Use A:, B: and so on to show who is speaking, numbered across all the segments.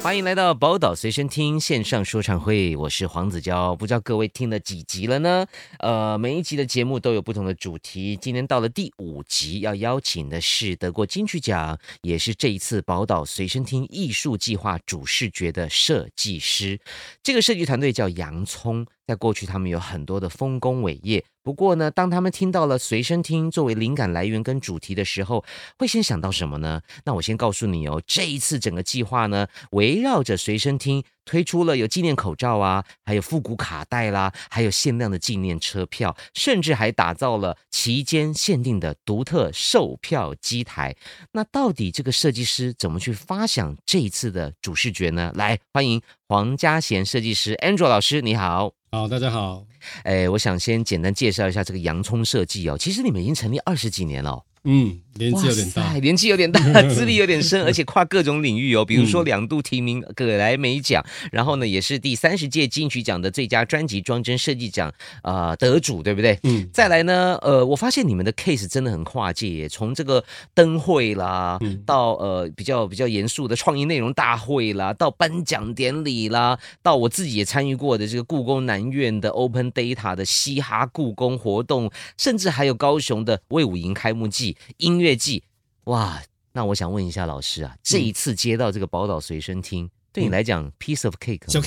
A: 欢迎来到宝岛随身听线上说唱会，我是黄子佼。不知道各位听了几集了呢？呃，每一集的节目都有不同的主题。今天到了第五集，要邀请的是得过金曲奖，也是这一次宝岛随身听艺术计划主视觉的设计师。这个设计团队叫洋葱，在过去他们有很多的丰功伟业。不过呢，当他们听到了随身听作为灵感来源跟主题的时候，会先想到什么呢？那我先告诉你哦，这一次整个计划呢，围绕着随身听推出了有纪念口罩啊，还有复古卡带啦，还有限量的纪念车票，甚至还打造了期间限定的独特售票机台。那到底这个设计师怎么去发想这一次的主视觉呢？来，欢迎黄家贤设计师 Andrew 老师，你好。
B: 好，大家好。
A: 哎，我想先简单介绍一下这个洋葱设计哦。其实你们已经成立二十几年了哦、
B: 嗯，年纪有点
A: 哇
B: 大
A: 塞，年纪有点大， 资历有点深，而且跨各种领域哦，比如说两度提名葛莱美奖，然后呢也是第三十届金曲奖的最佳专辑装帧设计奖啊、呃得主，对不对？
B: 嗯，
A: 再来呢，呃，我发现你们的 case 真的很跨界耶，从这个灯会啦，到呃比较比较严肃的创意内容大会啦，到颁奖典礼啦，到我自己也参与过的这个故宫南院的 Open Data 的嘻哈故宫活动，甚至还有高雄的魏武营开幕季、音乐季，哇！那我想问一下老师啊，这一次接到这个宝岛随身听，对你来讲，piece of cake
B: 小
A: 吗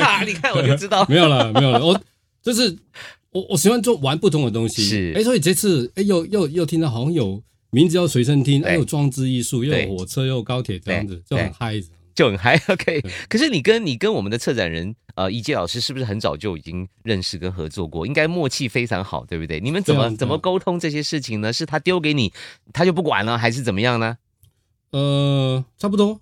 A: 啊，你看我就知道
B: 没有了，没有了。我就是我，我喜欢做玩不同的东西。
A: 是
B: 哎，所以这次哎，又又又听到好像有名字叫随身听，
A: 对
B: 哎，有装置艺术，又
A: 对
B: 有火车，又有高铁这样子
A: 对，
B: 就很
A: 对
B: 嗨。这样
A: 就很嗨。OK，可
B: 嗯
A: 是你跟你跟我们的策展人呃，一介老师是不是很早就已经认识跟合作过？应该默契非常好，对不对？你们怎
B: 对啊
A: 么
B: 对啊
A: 怎么沟通这些事情呢？是他丢给你，他就不管了，还是怎么样呢？
B: 呃，差 不多。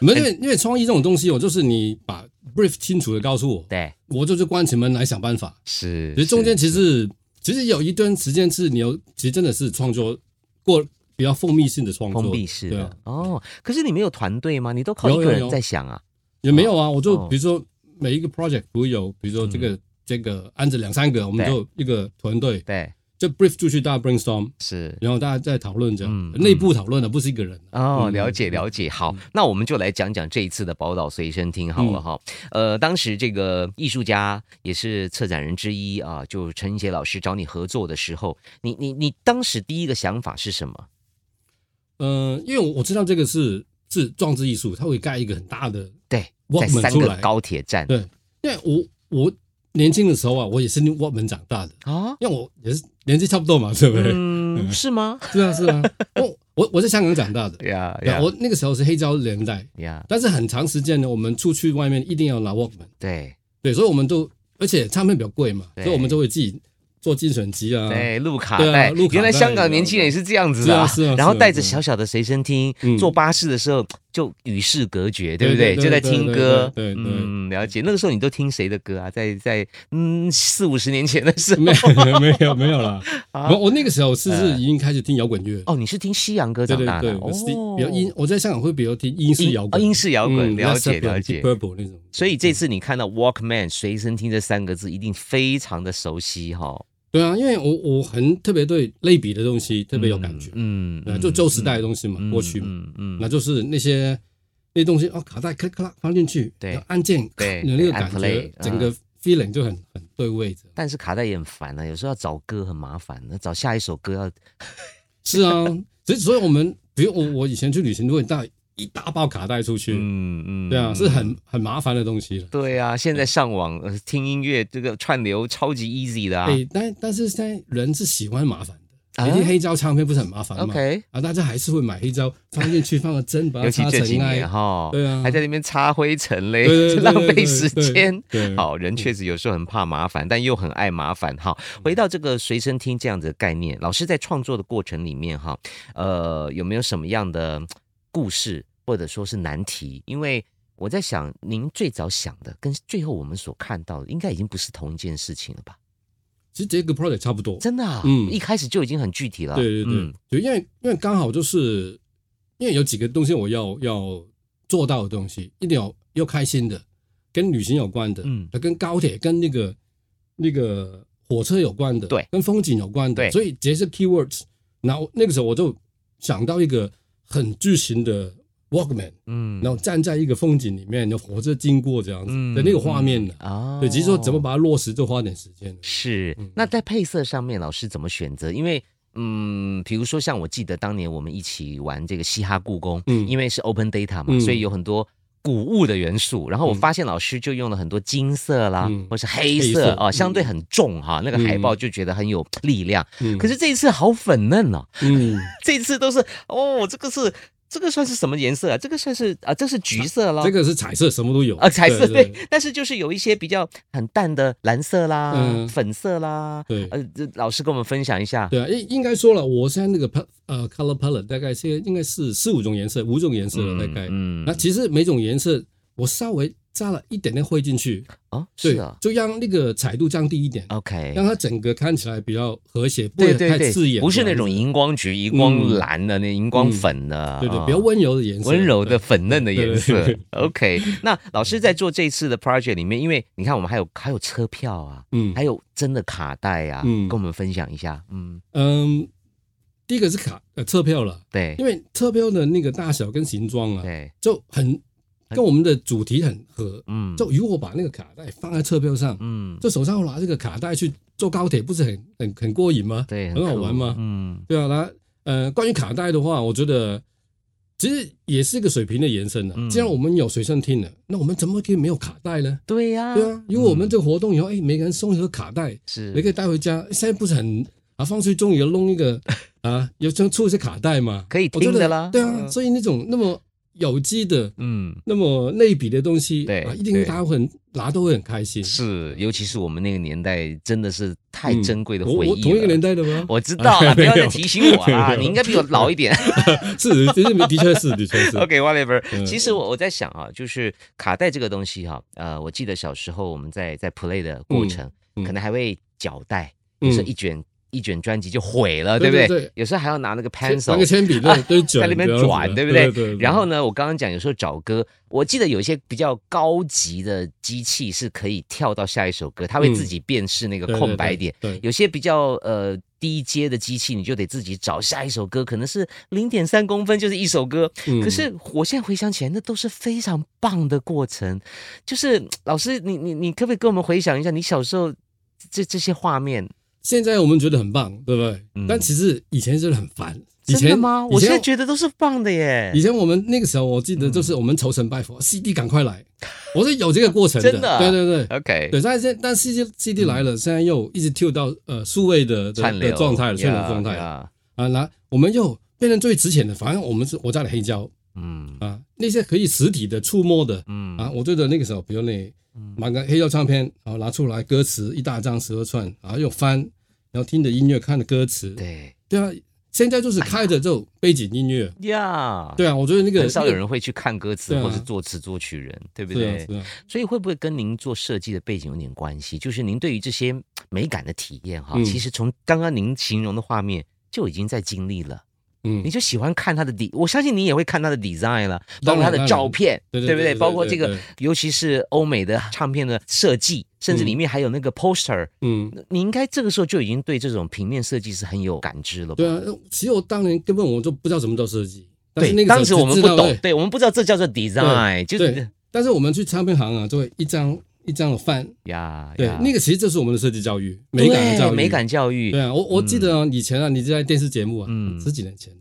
B: 没有，因为因为创意这种东西哦，就是你把 brief 清楚的告诉我，
A: 对，
B: 我就是关起门来想办法。
A: 是。
B: 其实中
A: 是
B: 间其实其实有一段时间是你有，其实真的是创作过比较封闭性的创作，
A: 封闭式
B: 对啊
A: 的哦，可是你们有团队吗？你都靠
B: 有
A: 一个
B: 有
A: 人
B: 有
A: 在想啊？
B: 也没有啊，我就
A: 哦嗯
B: 比如说每一个 project 不有，比如说这个、这个案子两三个，我们
A: 对
B: 就一个团队
A: 对，
B: 就 brief 出去，大家 brainstorm，
A: 是。
B: 然后大家再讨论这样，
A: 嗯
B: 内部讨论的不是一个人。
A: 哦，
B: 嗯
A: 了解了解，好，那我们就来讲讲这一次的宝岛随身听好
B: 嗯
A: 了哈。呃，当时这个艺术家也是策展人之一啊，就陈怡杰老师找你合作的时候，你你你当时第一个想法是什么？
B: 嗯、因为我我知道这个是是装置艺术，它会盖一个很大的，
A: 对，在
B: Walkman
A: 三
B: 出
A: 个
B: 来
A: 高铁站
B: 对，因为我我年轻的时候啊，我也是念我们长大的，
A: 啊，
B: 因为我也是年纪差不多嘛，对不对？
A: 嗯，是吗？
B: 是啊 是啊，我我我在香港长大的，
A: 呀
B: 对啊
A: 哎呀
B: 我那个时候是黑胶年代，
A: 呀，
B: 但是很长时间呢，我们出去外面一定要拿 Walkman。
A: 对
B: 对，所以我们都，而且唱片比较贵嘛，
A: 对
B: 所以我们都会自己做精选集啊。
A: 对，路哎卡
B: 对啊
A: 带，
B: 路卡
A: 原来
B: 带
A: 香港年轻人也是这样子的啊
B: 是啊是啊是啊
A: 然后带着
B: 是啊
A: 小小的随身听，
B: 嗯
A: 坐巴士的时候就与世隔绝，对不对？
B: 对对对
A: 就在听歌，
B: 对对对对对
A: 嗯，了解。那个时候你都听谁的歌啊？在在嗯四五十年前的时候，
B: 没 有没有没有啦，
A: 啊
B: 我我那个时候是不是已经开始听摇滚乐？
A: 哦，你是听西洋歌
B: 对
A: 长
B: 对
A: 大
B: 对，
A: 的
B: 我是
A: 哦，
B: 比较英，我在香港会比较听 E，嗯英式摇滚，
A: 哦英式摇滚了解了解
B: p u r p l e 那种。
A: 所以这次你看到 Walkman 随身听这三个字，一定非常的熟悉哈、
B: 对啊，因为我我很特别对类比的东西特别有感觉，
A: 嗯，
B: 对啊
A: 嗯
B: 就旧时代的东西嘛，
A: 嗯
B: 过去嘛，
A: 嗯嗯
B: 那就是那些那东西哦，卡带咔咔啦放进去，
A: 对
B: 然后按键，
A: 对
B: 有那
A: 对
B: 个
A: 按
B: 感
A: play，嗯
B: 觉，整个 feeling 就很很对位的。
A: 但是卡带也很烦啊，有时候要找歌很麻烦，那找下一首歌要
B: 是啊，所以所以我们，比如我我以前去旅行都会带一大包卡带出去，
A: 嗯嗯
B: 对啊，是
A: 嗯
B: 很很麻烦的东西了。
A: 对啊，现在上网、呃、听音乐这个串流超级 easy 的啊。
B: 哎、但但是现在人是喜欢麻烦
A: 啊
B: 的，你听黑胶唱片不是很麻烦吗
A: OK
B: 啊，大家还是会买黑胶放进去，放个 针把它
A: 尤其
B: 擦
A: 这几
B: 尘埃
A: 年，哈，
B: 对啊
A: 还在那边擦灰尘嘞，
B: 对对对对
A: 浪费
B: 对
A: 时间。
B: 对对
A: 好人确实有时候很怕麻烦，但又很爱麻烦哈。
B: 嗯
A: 回到这个随身听这样子的概念，老师在创作的过程里面哈，呃，有没有什么样的嗯故事或者说是难题？因为我在想，您最早想的跟最后我们所看到的，应该已经不是同一件事情了吧？
B: 其实这个 project 差不多，
A: 真的啊，
B: 嗯
A: 一开始就已经很具体了。
B: 对对对，
A: 嗯
B: 就因为因为刚好就是因为有几个东西我要要做到的东西，一定要要开心的，跟旅行有关的，呃
A: 嗯，
B: 跟高铁、跟那个那个火车有关的，
A: 对
B: 跟风景有关的，
A: 对
B: 所以这些 keywords，然后那个时候我就想到一个很巨型的 Walkman，
A: 嗯
B: 然后站在一个风景里面，有火车经过这样子的那个画面呢、
A: 哦，
B: 嗯对，只是说怎么把它落实，就花点时间了。
A: 是
B: 嗯，
A: 那在配色上面，老师怎么选择？因为嗯，比如说像我记得当年我们一起玩这个嘻哈故宫，
B: 嗯
A: 因为是 open data 嘛，
B: 嗯
A: 所以有很多古物的元素。然后我发现老师就用了很多金色啦，
B: 嗯
A: 或是黑
B: 黑
A: 色
B: 色
A: 啊、相对很重哈、那个海报就觉得很有力量。
B: 嗯，
A: 可是这一次好粉嫩哦，
B: 嗯，
A: 这一次都是哦，这个是这个算是什么颜色啊？这个算是啊，这是橘色啦。
B: 这个是彩色，什么都有
A: 啊，彩色
B: 对
A: 对，但是就是有一些比较很淡的蓝色啦、
B: 嗯
A: 粉色啦，
B: 对
A: 呃，这老师跟我们分享一下。
B: 对啊，应应该说了，我现在那个 pa- 呃 color palette 大概现在应该是四五种颜色，五种颜色了大概。
A: 嗯
B: 那其实每种颜色我稍微加了一点点灰进去，
A: 哦，是
B: 对
A: 啊，
B: 就让那个彩度降低一点，
A: ，OK，
B: 让它整个看起来比较和谐，不
A: 对
B: 会
A: 对
B: 太
A: 对，
B: 刺眼，
A: 不是那种
B: 这样
A: 荧光橘、荧光
B: 嗯
A: 蓝的、那荧光粉的，
B: 子，对对，
A: 啊
B: 比较温柔的颜色，
A: 温柔的、
B: 对
A: 粉嫩的颜
B: 对
A: 色
B: 对对。
A: OK，那老师在做这次的 project 里面，因为你看我们还有还有车票啊，
B: 嗯
A: 还有真的卡带啊，
B: 嗯
A: 跟我们分享一下。嗯，
B: 嗯，第一个是卡呃车票了，
A: 对
B: 因为车票的那个大小跟形状啊，
A: 对，
B: 就很跟我们的主题很合。
A: 嗯，
B: 就如果把那个卡带放在车票上，
A: 嗯，
B: 就手上拿这个卡带去坐高铁，不是很很很过瘾吗？
A: 对，
B: 很好
A: 酷
B: 玩吗
A: 嗯
B: 对啊，那呃，关于卡带的话，我觉得其实也是一个水平的延伸了、啊
A: 嗯
B: 既然我们有随身听了，那我们怎么可以没有卡带呢？
A: 对呀，
B: 对啊，如果我们这个活动以后，哎，每个人送一个卡带，
A: 嗯是
B: 你可以带回家。哎现在不是很啊，放学终于弄一个啊，有像出一些卡带嘛，
A: 可以
B: 我觉
A: 听
B: 得
A: 的啦
B: 对啊，
A: 嗯
B: 所以那种那么有机的。
A: 嗯。
B: 那么类比的东西，
A: 对
B: 啊，一定
A: 对
B: 大家会很拿都会很开心。
A: 是，尤其是我们那个年代，真的是太
B: 嗯
A: 珍贵的
B: 我
A: 回忆了。
B: 我同一个年代的吗？
A: 我知道了，不
B: 没
A: 要
B: 有
A: 再提醒我啦，
B: 没 有
A: 你应该比我老一点。
B: 是，的确的确是，的确 是。
A: OK，whatever、
B: 嗯
A: 其实我我在想啊，就是卡带这个东西哈、呃，我记得小时候我们在在 play 的过程，
B: 嗯嗯
A: 可能还会绞带，
B: 嗯
A: 有时候一卷、一卷专辑就毁了，
B: 对
A: 不对？
B: 对对
A: 有时候还要拿那个
B: 拿个
A: pencil。
B: 铅 笔在对卷，
A: 在那边
B: 这样子啊
A: 转，对不
B: 对？
A: 然后呢，我刚刚讲，有时候找歌，我记得有一些比较高级的机器是可以跳到下一首歌，它会
B: 嗯
A: 自己辨识那个空白点。，
B: 对对对对，
A: 有些比较呃低阶的机器，你就得自己找下一首歌，可能是零点三公分就是一首歌。
B: 嗯
A: 可是我现在回想起来，那都是非常棒的过程。就是嗯老师，你你你可不可以跟我们回想一下你小时候这这些画面？
B: 现在我们觉得很棒，对不
A: 嗯
B: 对？但其实以前真的很烦。以
A: 真的
B: 前
A: 吗？我现在觉得嗯都是棒的耶
B: 以。前我们那个时候，我记得就是我们求神拜佛，CD 赶快来，我是有这个过 程
A: 真的啊
B: 对对对。
A: OK，嗯
B: 对，但是现但 CD CD 来了，现在又一直跳到呃数位的的
A: 串
B: 的
A: 流
B: 状态了，串流
A: 呀
B: 状态了
A: 呀
B: 啊，那我们又变成最值钱的，反正我们是我家的黑胶
A: 嗯
B: 啊，那些可以实体的触摸的，
A: 嗯
B: 啊，我记得那个时候，比如你买个黑胶唱片，然后拿出来歌词一大张十二寸，然后又翻，然后听着音乐看着歌词，
A: 对
B: 对啊，现在就是开着这种背景音乐，
A: 哎呀，
B: 对啊，我觉得那个
A: 很少有人会去看歌词
B: 对啊
A: 或是作词作曲人，对不
B: 是啊
A: 对
B: 是？啊，
A: 所以会不会跟您做设计的背景有点关系？就是您对于这些美感的体验哈，
B: 嗯
A: 其实从刚刚您形容的画面就已经在经历了。
B: 嗯
A: 你，就喜欢看他的底，我相信你也会看他的 design 了，包
B: 当然
A: 括他的照片，
B: 当
A: 不
B: 然对对对对
A: 包括这
B: 对
A: 个
B: 对，
A: 尤其是欧美的唱片的设计，甚至里面还有那个 poster，、
B: 嗯，
A: 你应该这个时候就已经对这种平面设计是很有感知了吧？
B: 对啊，其实我当年根本我就不知道什么叫设计，但是
A: 对
B: 那个
A: 当时
B: 候
A: 我们
B: 只
A: 不
B: 知道哎
A: 懂，对我们不知道这叫做 design，就
B: 对
A: 是
B: 对，但是我们去唱片行啊，就会一张一张的翻，
A: 呀，
B: 对
A: 哎呀，
B: 那个其实就是我们的设计教育，美感的
A: 对
B: 教育，
A: 美感教育，
B: 对啊，我我记得啊，以前啊，你在电视节目啊，
A: 嗯
B: 十几年前，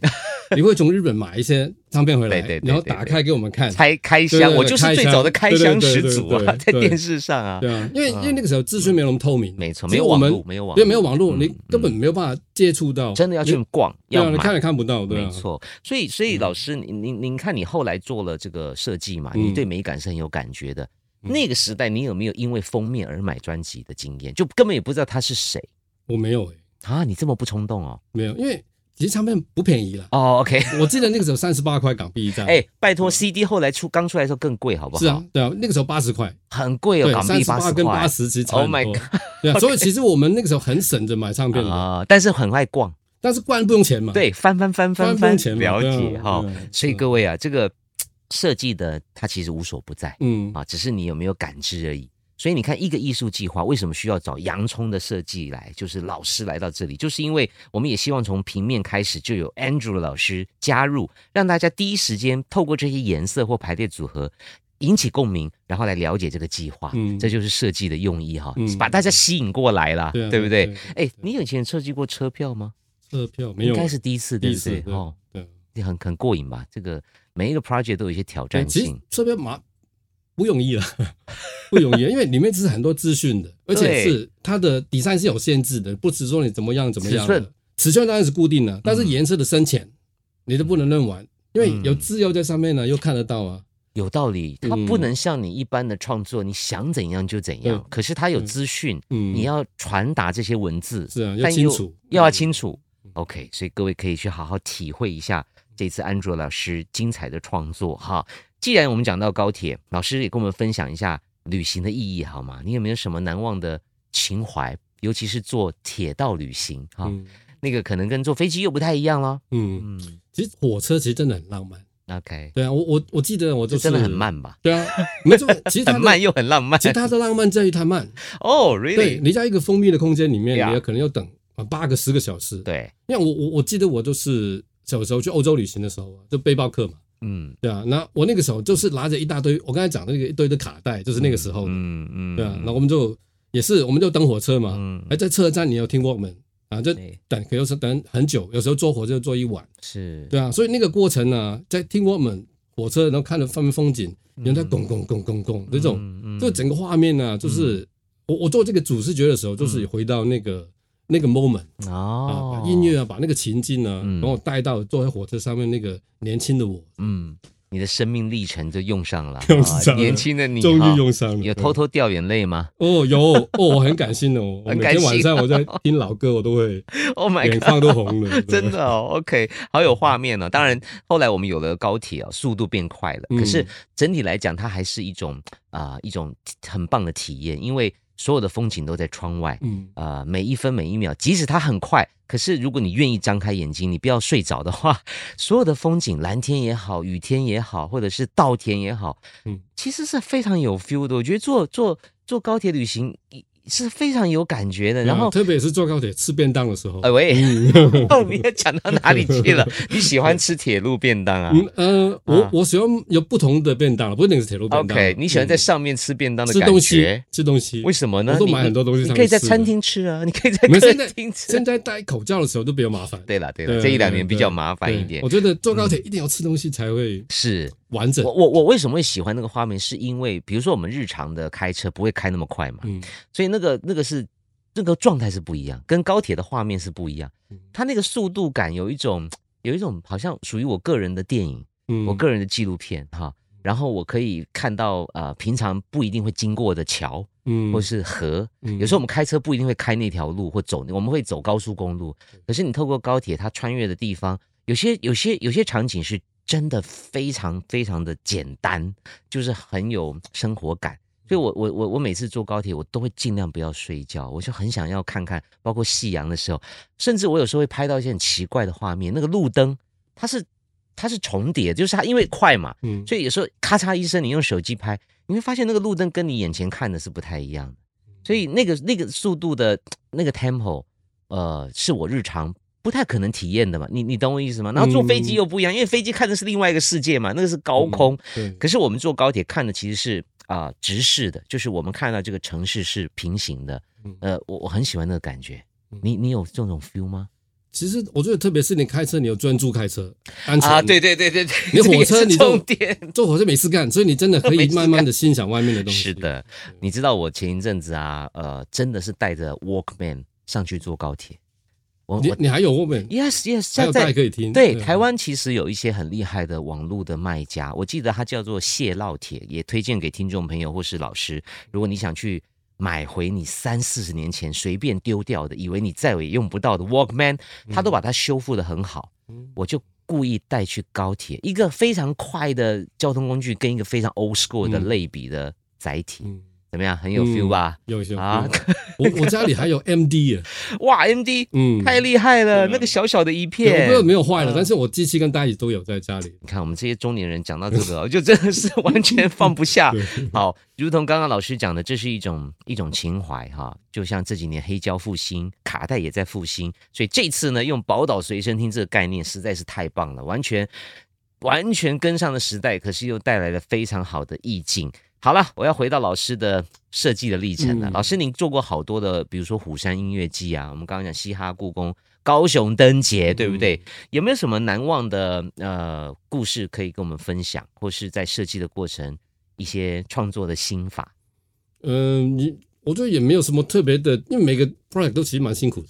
B: 你会从日本买一些唱片回来，
A: 对对对对
B: 然后打开给我们看，
A: 开开
B: 对
A: 箱，
B: 对
A: 我就是
B: 开
A: 最
B: 箱
A: 早的开箱始祖
B: 对对对
A: 啊，
B: 对
A: 在
B: 对对
A: 电视上啊，
B: 对啊，因为因为那个时候资讯没有那么透明，
A: 没错，
B: 其
A: 没
B: 实
A: 有
B: 我
A: 网
B: 们
A: 络，没有网
B: 因为
A: 络，
B: 没有网络，
A: 嗯
B: 你根本没有办法接触到，
A: 真的要去
B: 你
A: 逛，
B: 对
A: 要
B: 啊，你
A: 买
B: 看。也看不到，对
A: 没
B: 啊，嗯
A: 错，所以所以老师，您您您看，你后来做了这个设计嘛，
B: 嗯
A: 你对美感是很有感觉的。那个时代，你有没有因为封面而买专辑的经验？就根本也不知道他是谁
B: 我没有欸
A: 啊！你这么不冲动哦？
B: 没有，因为其实唱片不 便宜了，
A: 哦，OK，
B: 我记得那个时候三十八块港币一张，
A: 哎，拜托，CD 后来出刚出来的时候更贵，好不好？
B: 嗯是啊，，对啊，那个时候八十块，
A: 很贵哦，
B: 对，
A: 港
B: 三
A: 币
B: 十
A: 八十
B: 跟
A: 块
B: 八十其实差
A: Oh
B: 很
A: my
B: 多
A: God，
B: 对啊，所以其实我们那个时候很省着买唱片的，
A: 啊，但是很爱逛。
B: 但是灌不用钱嘛，
A: 对，翻翻翻翻
B: 嗯翻不
A: 翻
B: 用，钱嘛
A: 了
B: 对啊
A: 解哈
B: 对啊。
A: 所以各位啊，这个嘖设计的它其实无所不在
B: 嗯，
A: 啊，只是你有没有感知而已。所以你看，一个艺术计划为什么需要找洋葱的设计来，就是老师来到这里，就是因为我们也希望从平面开始就有 Andrew 老师加入，让大家第一时间透过这些颜色或排列组合引起共鸣，然后来了解这个计划。
B: 嗯
A: 这就是设计的用意哈，
B: 嗯
A: 把大家吸引过来啦，
B: 对啊
A: 对不对
B: 对？
A: 哎，你以前设计过车票吗？
B: 车票没
A: 应
B: 有，
A: 该是第一次，
B: 第
A: 对
B: 一
A: 不
B: 次
A: 对？
B: 对啊
A: 哦，
B: 对。
A: 你很很过瘾吧？这个每一个 project 都有一些挑
B: 哎
A: 战
B: 其实
A: 性，
B: 这边蛮不容易了，啊 不容易，啊因为里面是很多资讯 的，而且是它的底线是有限制的，不是说你怎么样怎么样的。
A: 尺寸嗯
B: 尺寸当然是固定的，但是颜色的深浅、你都不能认完，
A: 嗯
B: 因为有字又在上面呢，又看得到啊。
A: 有道理。它
B: 嗯
A: 不能像你一般的创作，你想怎样就怎样
B: 对。
A: 可是它有
B: 嗯
A: 资讯，
B: 嗯，
A: 你要传达这些文字，
B: 是啊，要
A: 但
B: 清
A: 又
B: 楚，
A: 又要
B: 嗯
A: 清楚。OK，所以各位可以去好好体会一下这次安卓老师精彩的创作哈。既然我们讲到高铁，老师也跟我们分享一下旅行的意义好吗？你有没有什么难忘的情怀？尤其是坐铁道旅行哈，
B: 嗯
A: 那个可能跟坐飞机又不太一样了。
B: 嗯，
A: 嗯
B: 其实火车其实真的很浪漫。
A: ，OK，
B: 对啊，我我我记得我
A: 这
B: 就是
A: 真的很。慢吧？
B: 对啊， 没错，其实它
A: 很
B: 的
A: 慢又很浪漫
B: 其。实它的浪漫在于它慢。
A: 哦
B: 对，
A: ，really？
B: 你在一个封闭的空间里面，
A: Yeah
B: 你也可能要等啊八个十个小时。
A: 对，
B: 因为我我我记得我就是小时候去欧洲旅行的时候啊，就背包客嘛，
A: 嗯，
B: 对啊，那我那个时候就是拿着一大堆，我刚才讲的那个一堆的卡带，就是那个时候的，
A: 嗯嗯，
B: 对啊，
A: 嗯
B: 那我们就也是我们就等火车嘛，
A: 嗯
B: 哎，在车站你有听过我们啊，就
A: 对
B: 等，可有时候等很久，有时候坐火车就坐一晚，
A: 是，
B: 对啊，所以那个过程呢、在听我们火车，然后看着上面风景，
A: 嗯
B: 然后在拱拱拱拱拱这种，
A: 嗯嗯嗯
B: 就整个画面呢、就是、我我做这个主视觉的时候，就是回到那个、那个 moment。啊，
A: 哦
B: 把音乐啊，把那个情境呢、
A: 嗯
B: 把我带到坐在火车上面那个年轻的我，
A: 嗯，你的生命历程就用上了，
B: 用上了
A: 啊年轻的你
B: 终
A: 哈
B: 于用上了。
A: 有偷偷掉眼泪吗
B: 哦，有哦，我很感性哦，我
A: 很
B: 每
A: 感
B: 天晚
A: 性
B: 上我在听老歌，我 都会
A: ？Oh my
B: 眼
A: god！
B: 眶都红 了。对
A: 真的哦，OK，好有画面哦。当然，后来我们有了高铁哦，速度变快了。
B: 嗯
A: 可是整体来讲，它还是一种啊、一种很棒的体验，因为所有的风景都在窗外。
B: 嗯，
A: 啊，每一分每一秒，即使它很快，可是如果你愿意张开眼睛，你不要睡着的话， 所有的风景，蓝天也好，雨天也好，或者是稻田也好，
B: 嗯，
A: 其实是非常有 feel 的。我觉得坐坐坐高铁旅行一是非常有感觉的。然
B: 啊
A: 后，
B: 特别是坐高铁吃便当的时候，
A: 哎喂，
B: 嗯
A: 你要讲到哪里去了？你喜欢吃铁路便当啊
B: 嗯呃，
A: 啊
B: 我我喜欢有不同的便当，不一定是铁路便当。
A: ？OK，你喜欢在
B: 嗯
A: 上面吃便当的
B: 吃
A: 感
B: 东西
A: 觉？，
B: 吃东西，
A: 为什么呢？
B: 我都
A: 你
B: 买很多东西
A: 你
B: 上
A: 可以
B: 去
A: 在
B: 吃
A: 餐
B: 的
A: 厅吃啊，你可以在
B: 我们
A: 客
B: 现在
A: 厅吃
B: 现。在戴口罩的时候都比较麻烦。
A: 对了对
B: 对
A: 了，这一两
B: 对
A: 年比
B: 对
A: 较麻烦一
B: 对
A: 点
B: 我。觉得坐高铁一定要吃东西才会
A: 是，
B: 完整
A: 我。我我为什么会喜欢那个画面，是因为比如说我们日常的开车不会开那么快嘛，
B: 嗯，
A: 所以那个那个是那个状态是不一样，跟高铁的画面是不一样
B: 嗯，
A: 它那个速度感有一种有一种好像属于我个人的电影，
B: 嗯
A: 我个人的纪录片哈。然后我可以看到，呃，平常不一定会经过的桥
B: 嗯
A: 或是河，
B: 嗯
A: 有时候我们开车不一定会开那条路或走，我们会走高速公路。可是你透过高铁，它穿越的地方，有些有些有些场景是真的非常非常的简单，就是很有生活感。所以我我我我每次坐高铁，我都会尽量不要睡觉，我就很想要看看，包括夕阳的时候，甚至我有时候会拍到一些很奇怪的画面，那个路灯它是它是重叠，就是它因为快嘛，
B: 嗯，
A: 所以有时候咔嚓一声，你用手机拍，你会发现那个路灯跟你眼前看的是不太一样的。所以那个那个速度的那个 tempo，呃，是我日常不太可能体验的嘛。你你懂我意思吗？然后坐飞机又不一样，因为飞机看的是另外一个世界嘛，那个是高空。
B: 对，
A: 可是我们坐高铁看的其实是啊、直视的，就是我们看到这个城市是平行的
B: 嗯。
A: 呃，我我很喜欢那个感觉
B: 嗯。
A: 你你有这种 feel 吗？
B: 其实我觉得，特别是你开车，你有专注开车，安全。
A: 啊，对对对对对，
B: 你
A: 这个
B: 火
A: 也
B: 车
A: 是
B: 你都
A: 重点。
B: 坐火车没事干，所以你真的可
A: 没
B: 以
A: 事干
B: 慢慢的欣赏外面的东 西。
A: 是，的，你知道我前一阵子啊，呃，真的是带着 Walkman 上去坐高铁。我
B: 你
A: 我
B: 你还有后面，
A: Yes Yes，
B: 还
A: 现
B: 有
A: 在
B: 带啊可以听。
A: 对，台湾其实有一些很厉害的网络的卖家，我记得他叫做谢烙铁，也推荐给听众朋友或是老师。如果你想去买回你三四十年前随便丢掉的，以为你再也用不到的 Walkman，他都把它修复的很好。
B: 嗯
A: 我就故意带去高铁，一个非常快的交通工具跟一个非常 old school 的
B: 嗯
A: 类比的载体，
B: 嗯，
A: 怎么样？很有 feel 吧？
B: 有些
A: 啊
B: 啊， 我我家里还有 MD 耶，
A: 哇，MD
B: 嗯，
A: 太厉害了，
B: 对啊
A: 那个小小的一
B: 有
A: 片
B: 没，有没有坏了，
A: 嗯
B: 但是我机器跟大椅都有在家里。
A: 你看我们这些中年人讲到这个 哦，就真的是完全放不下
B: 对。
A: 好，如同刚刚老师讲的，这是一种一种情怀哈，就像这几年黑胶复兴，卡带也在复兴，所以这次呢，用宝岛随身听这个概念实在是太棒了，完全完全跟上了时代，可是又带来了非常好的意境。好了，我要回到老师的设计的历程了。
B: 嗯
A: 老师，您做过好多的，比如说虎山音乐季啊，我们刚刚讲嘻哈故宫、高雄灯节，对不
B: 嗯
A: 对？有没有什么难忘的呃故事可以跟我们分享，或是在设计的过程一些创作的心法？
B: 嗯，你我觉得也没有什么特别的，因为每个 project 都其实蛮辛苦的。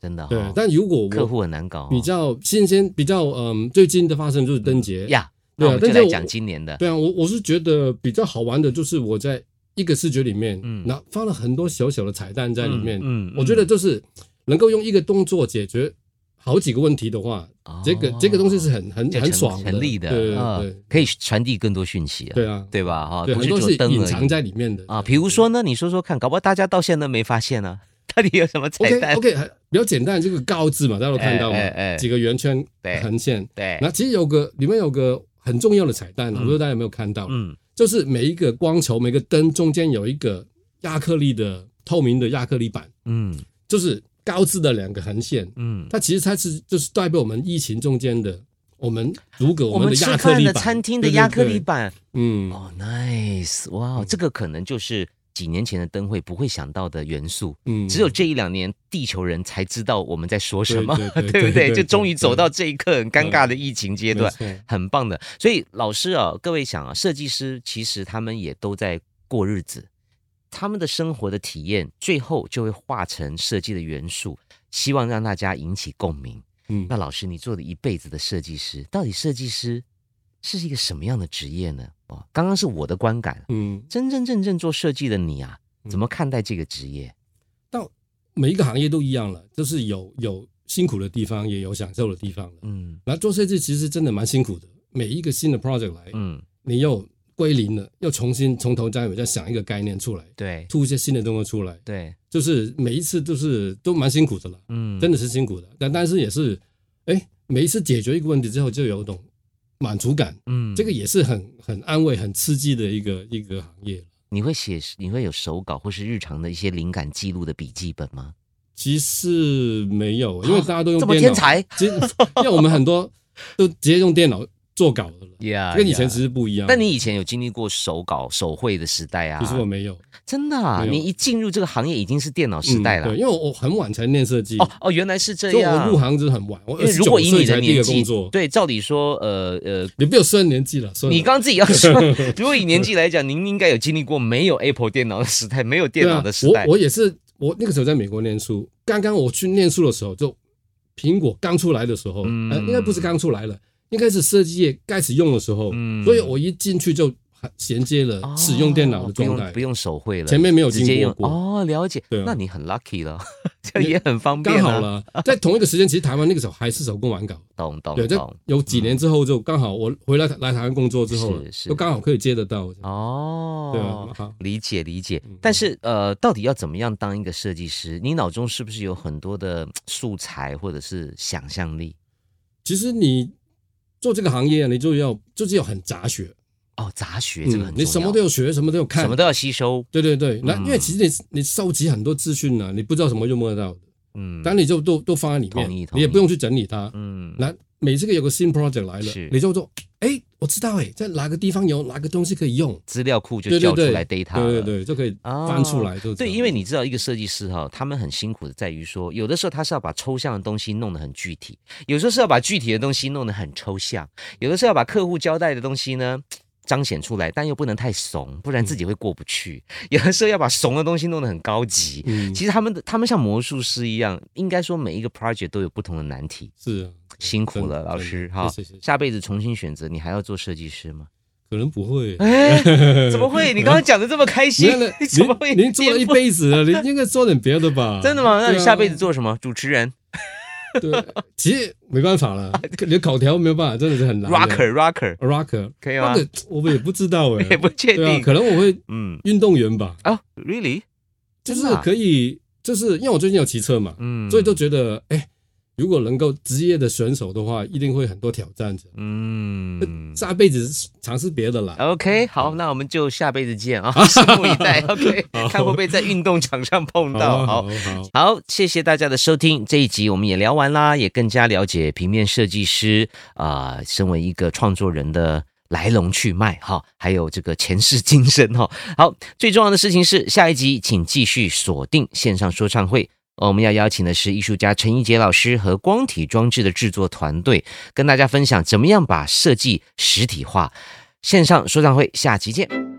A: 真的、哦，
B: 对，但如果
A: 客
B: 我
A: 户很难搞、哦。
B: 比较新鲜、比较嗯最近的发生就是灯节。
A: 呀，那
B: 对啊
A: 我们就
B: 但是
A: 来
B: 我
A: 讲今年的，
B: 对啊，我我是觉得比较好玩的就是我在一个视觉里面，
A: 嗯
B: 那放了很多小小的彩蛋在里面。
A: 嗯嗯
B: 我觉得就是能够用一个动作解决好几个问题的话，
A: 哦
B: 这个这个东西是很很
A: 就
B: 很
A: 成
B: 爽的，
A: 成立的，
B: 对
A: 啊
B: 对
A: 可以传递更多讯息啊，
B: 对啊，
A: 对吧？哈，
B: 对
A: 不
B: 很
A: 是
B: 多
A: 只
B: 是
A: 有灯
B: 隐
A: 而
B: 藏
A: 已
B: 在里面的
A: 啊。比如说呢，你说说看，搞不好大家到现在都没发现呢、 到底有什么彩蛋
B: OK OK，还比较简单，这个告字嘛，大家都看到嘛，
A: 哎哎哎
B: 几个圆圈
A: 对哎
B: 横线。
A: 对，
B: 那其实有个里面有个很重要的彩蛋，我啊不知道大家有没有看到，
A: 嗯，
B: 就是每一个光球、每个灯中间有一个亚克力的透明的亚克力板，
A: 嗯
B: 就是高字的两个横线。
A: 嗯，
B: 它其实它是就是代表我们疫情中间的我们如果
A: 我
B: 们
A: 们
B: 的
A: 吃
B: 亚克
A: 饭
B: 力
A: 的
B: 板，
A: 餐厅的亚克力
B: 板，
A: 板，
B: 嗯，
A: 哦，nice，哇，这个可能就是几年前的灯会不会想到的元素。
B: 嗯
A: 只有这一两年，地球人才知道我们在说什么，
B: 对对对
A: 对不
B: 对
A: 对？
B: 对
A: 就终于
B: 对
A: 走到这一刻很尴尬的疫情阶段，
B: 没错
A: 很棒的。所以老师啊，各位想啊，设计师其实他们也都在过日子，他们的生活的体验最后就会化成设计的元素，希望让大家引起共鸣。
B: 嗯
A: 那老师，你做了一辈子的设计师，到底设计师是一个什么样的职业呢？哦，刚刚是我的观感，
B: 嗯，
A: 真真正正做设计的你啊，
B: 嗯
A: 怎么看待这个职业？
B: 到每一个行业都一样了，就是有有辛苦的地方，也有享受的地方了。
A: 嗯
B: 然后做设计其实真的蛮辛苦的，每一个新的 project 来，
A: 嗯，
B: 你又归零了，又重新从头再尾再想一个概念出来，
A: 对
B: 吐一些新的东西出来，
A: 对，
B: 就是每一次都是都蛮辛苦的了，
A: 嗯，
B: 真
A: 的
B: 的是辛苦的。但但是也是，哎，每一次解决一个问题之后，就有一种满足感，
A: 嗯
B: 这个也是很很安慰、很刺激的一个一个行业。
A: 你会写，你会有手稿或是日常的一些灵感记录的笔记本吗？
B: 其实没有，因为大家都用
A: 啊这
B: 电
A: 么天
B: 脑。
A: 才
B: 其实 因为我们很多都直接用电脑做稿的了，
A: 啊呀
B: 跟以前其实不一样。
A: 但你以前有经历过手稿手绘的时代啊？
B: 其实我没有
A: 真的、啊，
B: 没有
A: 你一进入这个行业已经是电脑时代
B: 嗯
A: 了
B: 对，。因为我很晚才念设计，
A: 哦哦，原来是这
B: 所以我
A: 样。
B: 入行就是很晚，我
A: 因为如果以你
B: 29岁
A: 的
B: 才第一
A: 年
B: 个
A: 纪
B: 工作，，
A: 对，照理说，呃呃，
B: 你不要算年纪了，算了
A: 你刚自己要说，如果以年纪来讲，您应该有经历过没有 Apple 电脑的时代，没有电脑的时
B: 对啊
A: 代。
B: 我我也是，我那个时候在美国念书，刚刚我去念书的时候，就苹果刚出来的时候，
A: 嗯
B: 呃，应该不是刚出来了，应该是设计业开始用的时候，
A: 嗯
B: 所以我一进去就衔接了
A: 哦
B: 使用电脑的
A: 不
B: 状
A: 用
B: 态，
A: 不用手绘了，
B: 前面没有
A: 直接
B: 经
A: 用
B: 过过。
A: 哦，了解
B: 对啊。
A: 那你很 lucky 了，这也很 方便
B: 刚
A: 啊。哦
B: 好了，在同一个时间，其实台湾那个时候还是手工玩稿，
A: 懂懂
B: 对，在
A: 懂。
B: 有几年之后就刚好我回来来台湾工作之后
A: 是，是
B: 就刚好可以接得到，对啊
A: 哦，，
B: 好，
A: 理解理解，但是呃，到底要怎么样当一个设计师？你脑中是不是有很多的素材或者是想象力？
B: 其实你做这个行业，你就要就是要很杂学，嗯
A: 哦，杂学这个很重要，
B: 你什么都有学，什么都有看，
A: 什么都要吸收。
B: 对对对，那
A: 嗯
B: 因为其实你你收集很多资讯呢，啊你不知道什么用不得到的，
A: 嗯，
B: 但你就都都放在里
A: 同意
B: 面，
A: 同意
B: 你也不用去整理它。
A: 嗯，
B: 那每次有个新 project 来了
A: 是，
B: 你就说，哎，我知道哎，在哪个地方有哪个东西可以用，
A: 资料库就
B: 对
A: 叫
B: 对
A: 出
B: 对，
A: 来 data
B: 对对
A: 了。哦
B: 对，就可以翻出来，就
A: 对，因为你知道一个设计师哈、他们很辛苦的在于说，有的时候他是要把抽象的东西弄得很具体，有时候是要把具体的东西弄得很抽象，有的时候要把客户交代的东西呢。彰显出来，但又不能太怂，不然自己会过不去。有的时候要把怂的东西弄得很高级。
B: 嗯
A: 其实他们的他们像魔术师一样，应该说每一个 project 都有不同的难题。
B: 是啊
A: 辛苦了，
B: 真的
A: 老师
B: 真的
A: 哈
B: 谢谢谢。谢
A: 下辈子重新选择，你还要做设计师吗？
B: 可能不会。
A: 哎，怎么会？你刚刚讲的这么开
B: 您
A: 心， 怎么会？
B: 您您做了一辈子了，您应该做点别的吧？
A: 真的吗？那你
B: 对啊
A: 下辈子做什么？主持人？
B: 对，其实没办 法了，你的口条没有办法，真的是很难的。
A: rocker rocker
B: rocker
A: 可以吗？
B: rocker，我们也不知道 哎、
A: 也不确
B: 对啊，
A: 定，
B: 可能我会
A: 嗯
B: 运动员吧，
A: 啊，really，
B: 就
A: 真
B: 是
A: 的啊
B: 可以，就是因为我最近有骑车嘛，
A: 嗯，
B: 所以就觉得哎、如果能够职业的选手的话，一定会很多挑战的。
A: 嗯。
B: 下辈子尝试别的啦。
A: OK，好，那我们就下辈子见 啊，拭目以待。OK，看会不会在运动场上碰到。
B: 啊
A: 好
B: 好，好，
A: 好，谢谢大家的收听。这一集我们也聊完啦，也更加了解平面设计师啊、身为一个创作人的来龙去脉哈，还有这个前世今生哈。好，最重要的事情是，下一集请继续锁定线上说唱会。呃我们要邀请的是艺术家陈一杰老师和光体装置的制作团队，跟大家分享怎么样把设计实体化。线上说唱会，下期见。